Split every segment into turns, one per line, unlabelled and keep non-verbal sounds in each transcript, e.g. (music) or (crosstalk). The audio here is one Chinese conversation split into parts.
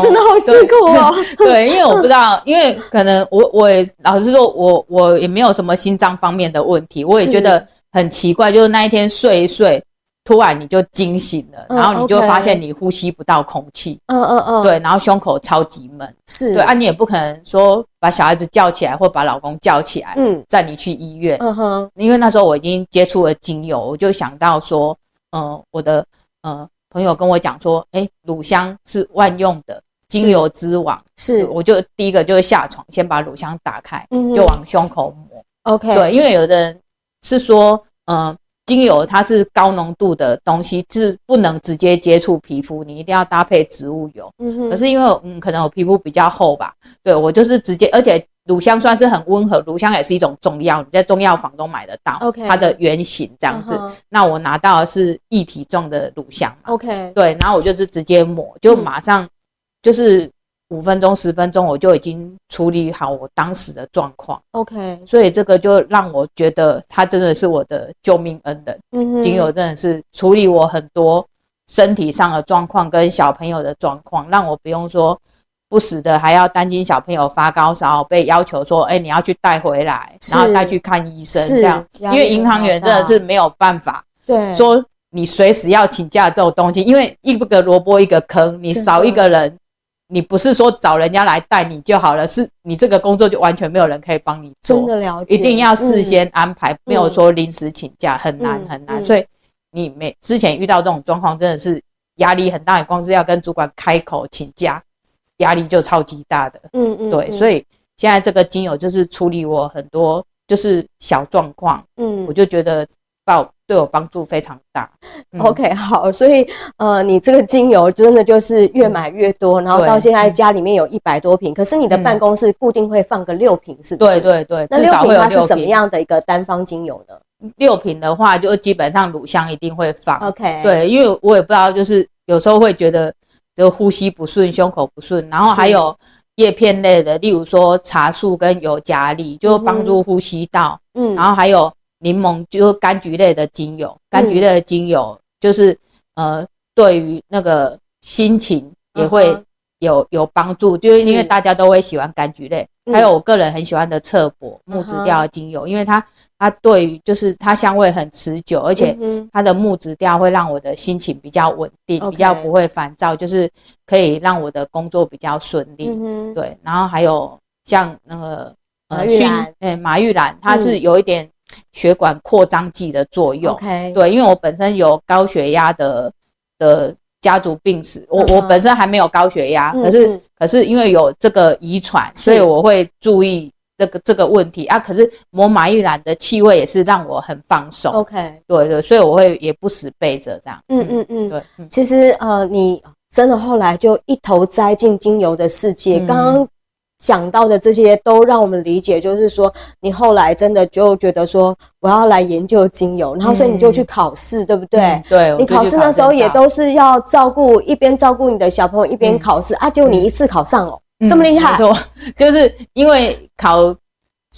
真的好辛苦哦，
对，因为我不知道，因为可能我我也老实说，我我也没有什么心脏方面的问题，我也
是
觉得很奇怪，就是那一天睡一睡，突然你就惊醒了，
嗯
然后你就
OK
发现你呼吸不到空气，
(laughs) 嗯嗯嗯，，
对，然后胸口超级闷，
是，
对啊，你也不可能说把小孩子叫起来或把老公叫起来，
嗯
载你去医院，
嗯哼，
因为那时候我已经接触了精油，我就想到说，嗯、我的呃朋友跟我讲说，哎，乳香是万用的精油之王，
是
我就第一个就是下床，先把乳香打开，
嗯哼
就往胸口抹，
，OK，
对，因为有的人是说，嗯、精油它是高浓度的东西，是不能直接接触皮肤，你一定要搭配植物油。
嗯哼，
可是因为嗯，可能我皮肤比较厚吧，对我就是直接，而且乳香算是很温和，乳香也是一种中药，你在中药房都买得到
OK
它的原型这样子。
嗯哼
那我拿到的是一体状的乳香嘛，
，OK，
对，然后我就是直接抹，就
嗯
马上就是五分钟十分钟，我就已经处理好我当时的状况，
，OK，
所以这个就让我觉得它真的是我的救命恩人。
嗯哼，
精油真的是处理我很多身体上的状况跟小朋友的状况，让我不用说不时的还要担心小朋友发高烧，被要求说，哎、你要去带回来，
是
然后带去看医生
是
这样，因
压力
为银行员真的是没有办法
对，
说你随时要请假这种东西，因为一个萝卜一个坑，你
真的
少一个人。你不是说找人家来带你就好了，是你这个工作就完全没有人可以帮你做。
真的了解，
一定要事先安排，没有说临时请假，很
嗯
难很难。
嗯
所以你每之前遇到这种状况，真的是压力很大，你光是要跟主管开口请假，压力就超级大的。
嗯，嗯嗯，
对，所
以
以现在这个精油就是处理我很多就是小状况，
嗯，
我就觉得到对我帮助非常大。嗯
OK，好，所以呃，你这个精油真的就是越买越多，然后
嗯对
到现在家里面有一百多瓶，可是你的
嗯
办公室固定会放个六瓶，是不是？
对。对对，
那
至
六
少
瓶
会有
它
六
是什么
瓶。
样的一个单方精油呢
六瓶的话，就基本上乳香一定会放。
？OK，，
对，因为我也不知道，就是有时候会觉得就呼吸不顺、胸口不顺，然后还
是
有叶片类的，例如说茶树跟尤加利，就帮助呼吸道，
嗯，
然后还有柠檬，就是柑橘类的精油，柑
嗯
橘类的精油就是呃，对于那个心情也
嗯
会
哼
有有帮助，就是因为
是
大家都会喜欢柑橘类，
嗯
还有我个人很喜欢的侧柏木质调的精油，因为它它对于就是它香味很持久，而
而
且。它的木质调会让我的心情比较稳定
OK
比较不会烦躁，就是可以让我的工作比较顺利。
嗯哼，
对，然后还有像那个
马玉兰嗯
熏哎，马玉兰，它是有一点血管扩张剂的作用。
，OK，
对，因为我本身有高血压的的家族病史，我、我
嗯
本身还没有高血压，
嗯
啊可是、
嗯
可是因为有这个遗传，
是
所以我会注意这个这个问题啊。可是抹马玉兰的气味也是让我很放松。
，OK，
对对，所以我会也不时备着这样。
嗯嗯嗯，
对，嗯
其实呃，你真的后来就一头栽进精油的世界。
嗯
刚刚讲到的这些，都让我们理解，就是说你后来真的就觉得说我要来研究精油，然后所以你就去考试，对不对？
嗯对，我
你
就
考
去啊
试那时候
证
也
照
都是要照顾，一边照顾你的小朋友，一边
嗯
考试、啊，结果你一次考上哦，
嗯
这么厉害
没错，就是因为考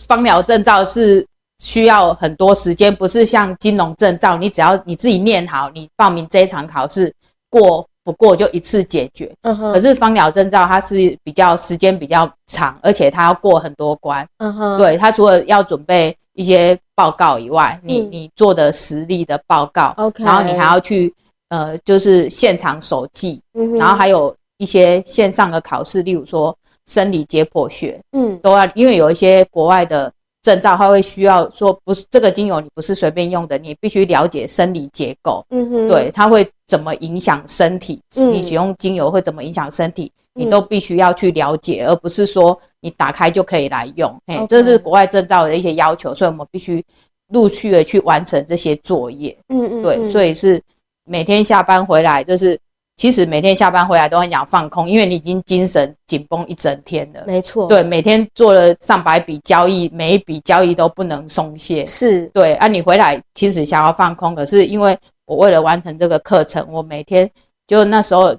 芳疗证照是需要很多时间，不是像金融证照，你只要你自己念好，你报名这一场考试过不过就一次解决。
嗯哼，
可是芳疗证照它是比较时间比较长，而且它要过很多关。
嗯哼，
对，它除了要准备一些报告以外，你
嗯哦
你做的实例的报告，
，OK，
嗯然后你还要去呃，就是现场手记，
嗯哼，
然后还有一些线上的考试，例如说生理解剖学
嗯
都要，因为有一些国外的证照，它会需要说不是这个精油你不是随便用的，你必须了解生理结构，
嗯哼，
对，它会怎么影响身体，
嗯
你使用精油会怎么影响身体，
嗯
你都必须要去了解，而不是说你打开就可以来用，嘿
OK，
这是国外证照的一些要求，所以我们必须陆续的去完成这些作业。
嗯嗯，
对，所
以
以是每天下班回来，就是其实每天下班回来都很想放空，因为你已经精神紧绷一整天了。
没错，，
对，每天做了上百笔交易，每一笔交易都不能松懈。
是，
对，啊，你回来其实想要放空，可是因为我为了完成这个课程，我每天就那时候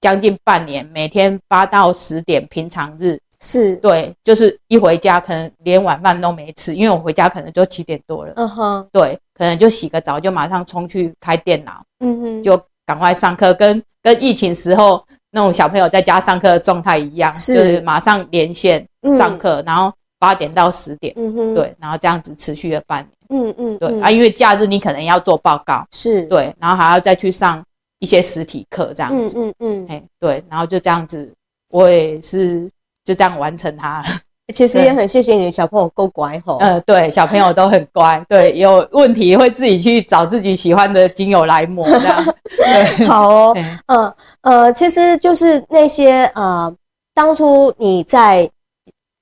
将近半年，每天八到十点平常日，
是，
对，就是一回家可能连晚饭都没吃，因为我回家可能就七点多了，
嗯哼，
对，可能就洗个澡就马上冲去开电脑。
嗯哼，
就赶快上课，跟跟疫情时候那种小朋友在家上课的状态一样，
是
就是马上连线上课，然后八点到十点，
嗯哼，，
对，然后这样子持续了半年，
嗯嗯，
对、
嗯
啊，因为假日你可能要做报告，
是，，
对，然后还要再去上一些实体课这样
嗯
子，
嗯嗯，
哎、对，然后就这样子，我也是就这样完成它了。
其实也很谢谢你的小朋友够乖吼，
呃，对，小朋友都很乖，对，有问题会自己去找自己喜欢的精油来抹这
(laughs)
样，对，
好哦，
对
呃呃，其实就是那些呃，当初你在，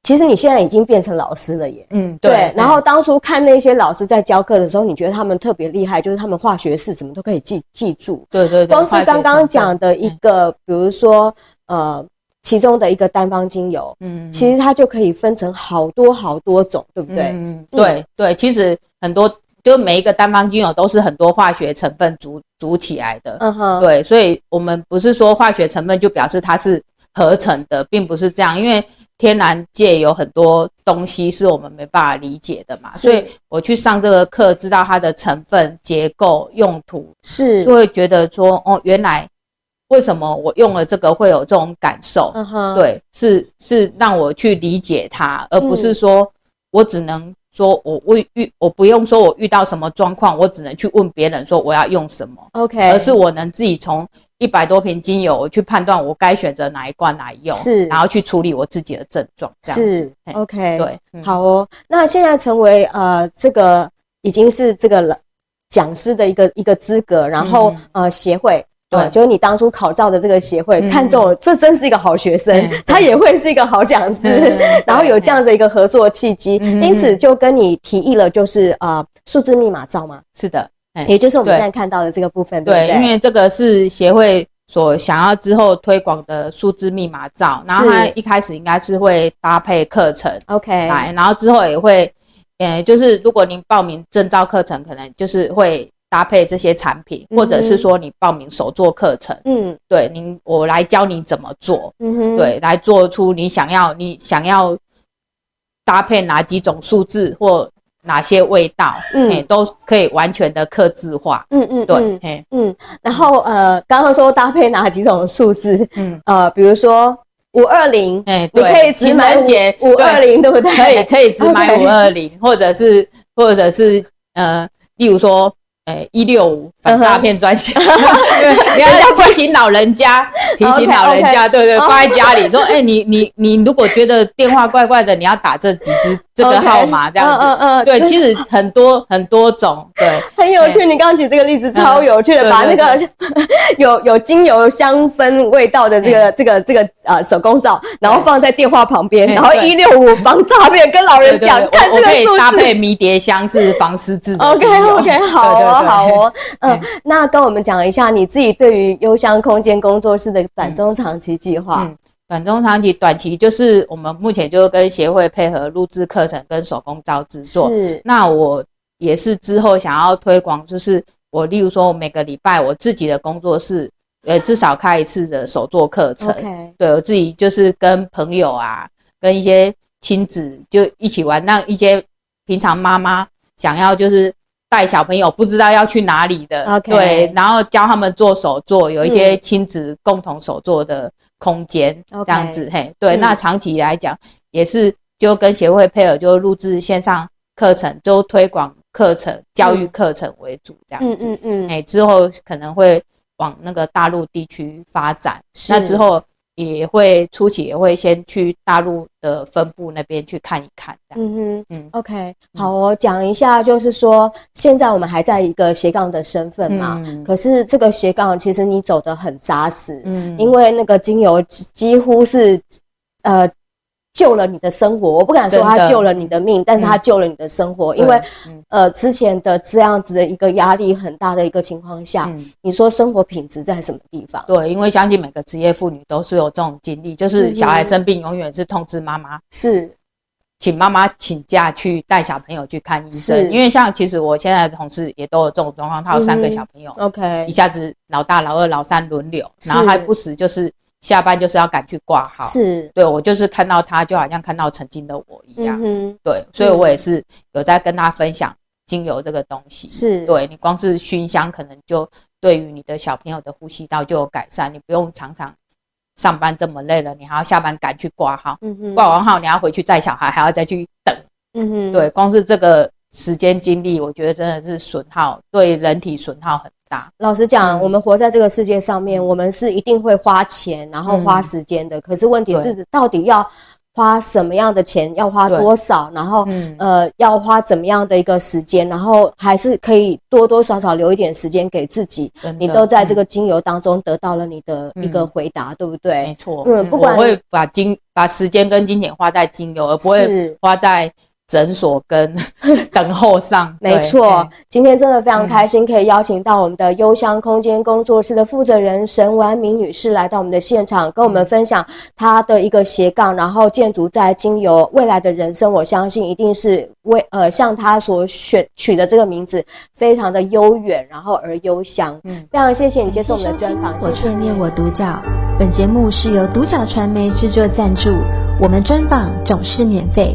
其实你现在已经变成老师了耶。
嗯，
对，然后当初看那些老师在教课的时候，你觉得他们特别厉害，就是他们化学式什么都可以记记住。
对对对，
光是
化学
刚
成
刚
分
讲的一个，比如说呃，其中的一个单方精油，
嗯，
其实它就可以分成好多好多种，对不对？
嗯对对，其实很多就每一个单方精油都是很多化学成分组组起来的，
嗯哼，
对，所以我们不是说化学成分就表示它是合成的，并不是这样，因为天然界有很多东西是我们没办法理解的嘛，
是，
所以我去上这个课，知道它的成分、结构、用途，就是会觉得说，哦，原来为什么我用了这个会有这种感受，
嗯哼，，
对，是是让我去理解它，而
嗯
不是说我只能说我我遇我不用说我遇到什么状况，我只能去问别人说我要用什么，
OK，
而是我能自己从一百多瓶精油我去判断我该选择哪一罐来用，
是
然后去处理我自己的症状，这样
是
嘿
OK，，
对，嗯，
好哦。那现在成为呃这个已经是这个了讲师的一个一个资格，然后、
嗯
呃协会，
对
呃就是你当初考照的这个协会、
嗯
看中了，这真是一个好学生，
嗯对
他也会是一个好讲师，
嗯 (laughs) 对
然后有这样的一个合作契机，
嗯嗯嗯
因此就跟你提议了，就是呃数字密码照嘛，
是的，哎
也就是我们
对
现在看到的这个部分，对
对，
不
因
对？
为这个是协会所想要之后推广的数字密码照，然后它一开始应该是会搭配课程
OK，
来，然后之后也会，呃，就是如果您报名证照课程，可能就是会搭配这些产品，
嗯哼
或者是说你报名手做课程，
嗯
对您我来教你怎么做，
嗯哼，
对，来做出你想要你想要搭配哪几种数字或哪些味道，
嗯
哎都可以完全的克制化，
嗯嗯
对
嗯，
嘿，
嗯，然后呃，刚刚说搭配哪几种数字？
嗯。
呃，比如说五二零，
哎，
你
对
可以只
情
买
人节
五二，零，对不对？
对
(laughs)
可以可以只买
OK
五二零，或者是或者是呃，例如说。哎，一六五反
嗯
诈骗
(laughs)
专线，你要提醒老人家，提醒老人家，对对，
哦
放在家里说，哎，你你你如果觉得电话怪怪的，你要打这几支这个
OK，
号码这样
嗯
子。
嗯嗯，
对，其实很多很多种，
(laughs)
对，
很有趣，你刚刚举这个例子超有趣的，
嗯
把那
对
个 (laughs) 有有精油香氛味道的这个这个这个呃手工皂，然后放在电话旁边，
嗯
然后
对
一六五防诈骗，跟老
对
人
对
讲
对，
看这
我我
个
可以搭
数字。
配迷迭香是防失智的 (laughs)
OK
精油
OK，好哦
对对对
好
(laughs)
哦，嗯
嗯，
那跟我们讲一下你自己对于幽香空间工作室的短中长期计划。
嗯，短中长期，短期就是我们目前就跟协会配合录制课程跟手工皂制作。
是，
那我也是之后想要推广，就是我例如说我每个礼拜我自己的工作室，呃，至少开一次的手作课程。
OK
对我自己就是跟朋友啊，跟一些亲子就一起玩，让一些平常妈妈想要就是。带小朋友不知道要去哪里的
OK 嗯
对，然后教他们做手作，有一些亲子共同手作的空间、
OK
这样子，嘿，对。
嗯
那长期来讲，也是就跟协会配合，就录制线上课程，就推广课程、教育课程为主这
嗯
样子。
嗯嗯，
哎、之后可能会往那个大陆地区发展，
是
那之后也会初期也会先去大陆的分部那边去看一看这样。
嗯哼。
嗯
OK，好、我讲一下，就是说现在我们还在一个斜杠的身份嘛，
嗯
可是这个斜杠其实你走得很扎实，
嗯
因为那个精油几几乎是呃救了你的生活，我不敢说
真的
它救了你的命，但是它
嗯
救了你的生活，
对
因为
嗯
呃之前的这样子的一个压力很大的一个情况下，
嗯
你说生活品质在什么地方？
对，因为相信每个职业妇女都是有这种经历，就是
嗯
小孩生病永远是通知妈妈，
是，
请妈妈请假去带小朋友去看医
是
生。因为像其实我现在的同事也都有这种状况，他有三
嗯
个
哼
小朋友，
OK，
一下子老大、老二、老三轮流，
是
然后还不时就是下班就是要赶去挂号。
是，
对我就是看到他，就好像看到曾经的我一
嗯
样。
哼，
对，所以我也是有在跟他分享精油这个东西。
是，
对你光是熏香，可能就对于你的小朋友的呼吸道就有改善，你不用常常上班这么累了，你还要下班赶去挂号，
嗯哼，
挂完号你还要回去带小孩，还要再去等。
嗯哼，
对，光是这个时间精力，我觉得真的是损耗，对人体损耗很大。
老实讲，
嗯
我们活在这个世界上面，我们是一定会花钱，然后花
嗯
时间的。可是问题
对
是，到底要花什么样的钱，要花
对
多少，然后
嗯
呃，要花怎么样的一个时间，然后还是可以多多少少留一点时间给自己。
真
你
的
都在这
嗯
个精油当中得到了你的一个
嗯
回答，对不
没
对？
错，
嗯不管
我会把金把时间跟金钱花在精油，而不
是
会花在诊所跟 (laughs) 等候上。
没
对
错，，今天真的非常开心，可以邀请到我们的幽香空间工作室的负责人沈婉明女士来到我们的现场，跟我们分享她的一个斜杠，然后建筑在精油未来的人生，我相信一定是为呃像她所选取的这个名字，非常的悠远，然后而幽香。
嗯
非常谢谢你接受我们的专访，
我
谢谢
创
你
业我独角。本节目是由独角传媒制作赞助，我们专访总是免费。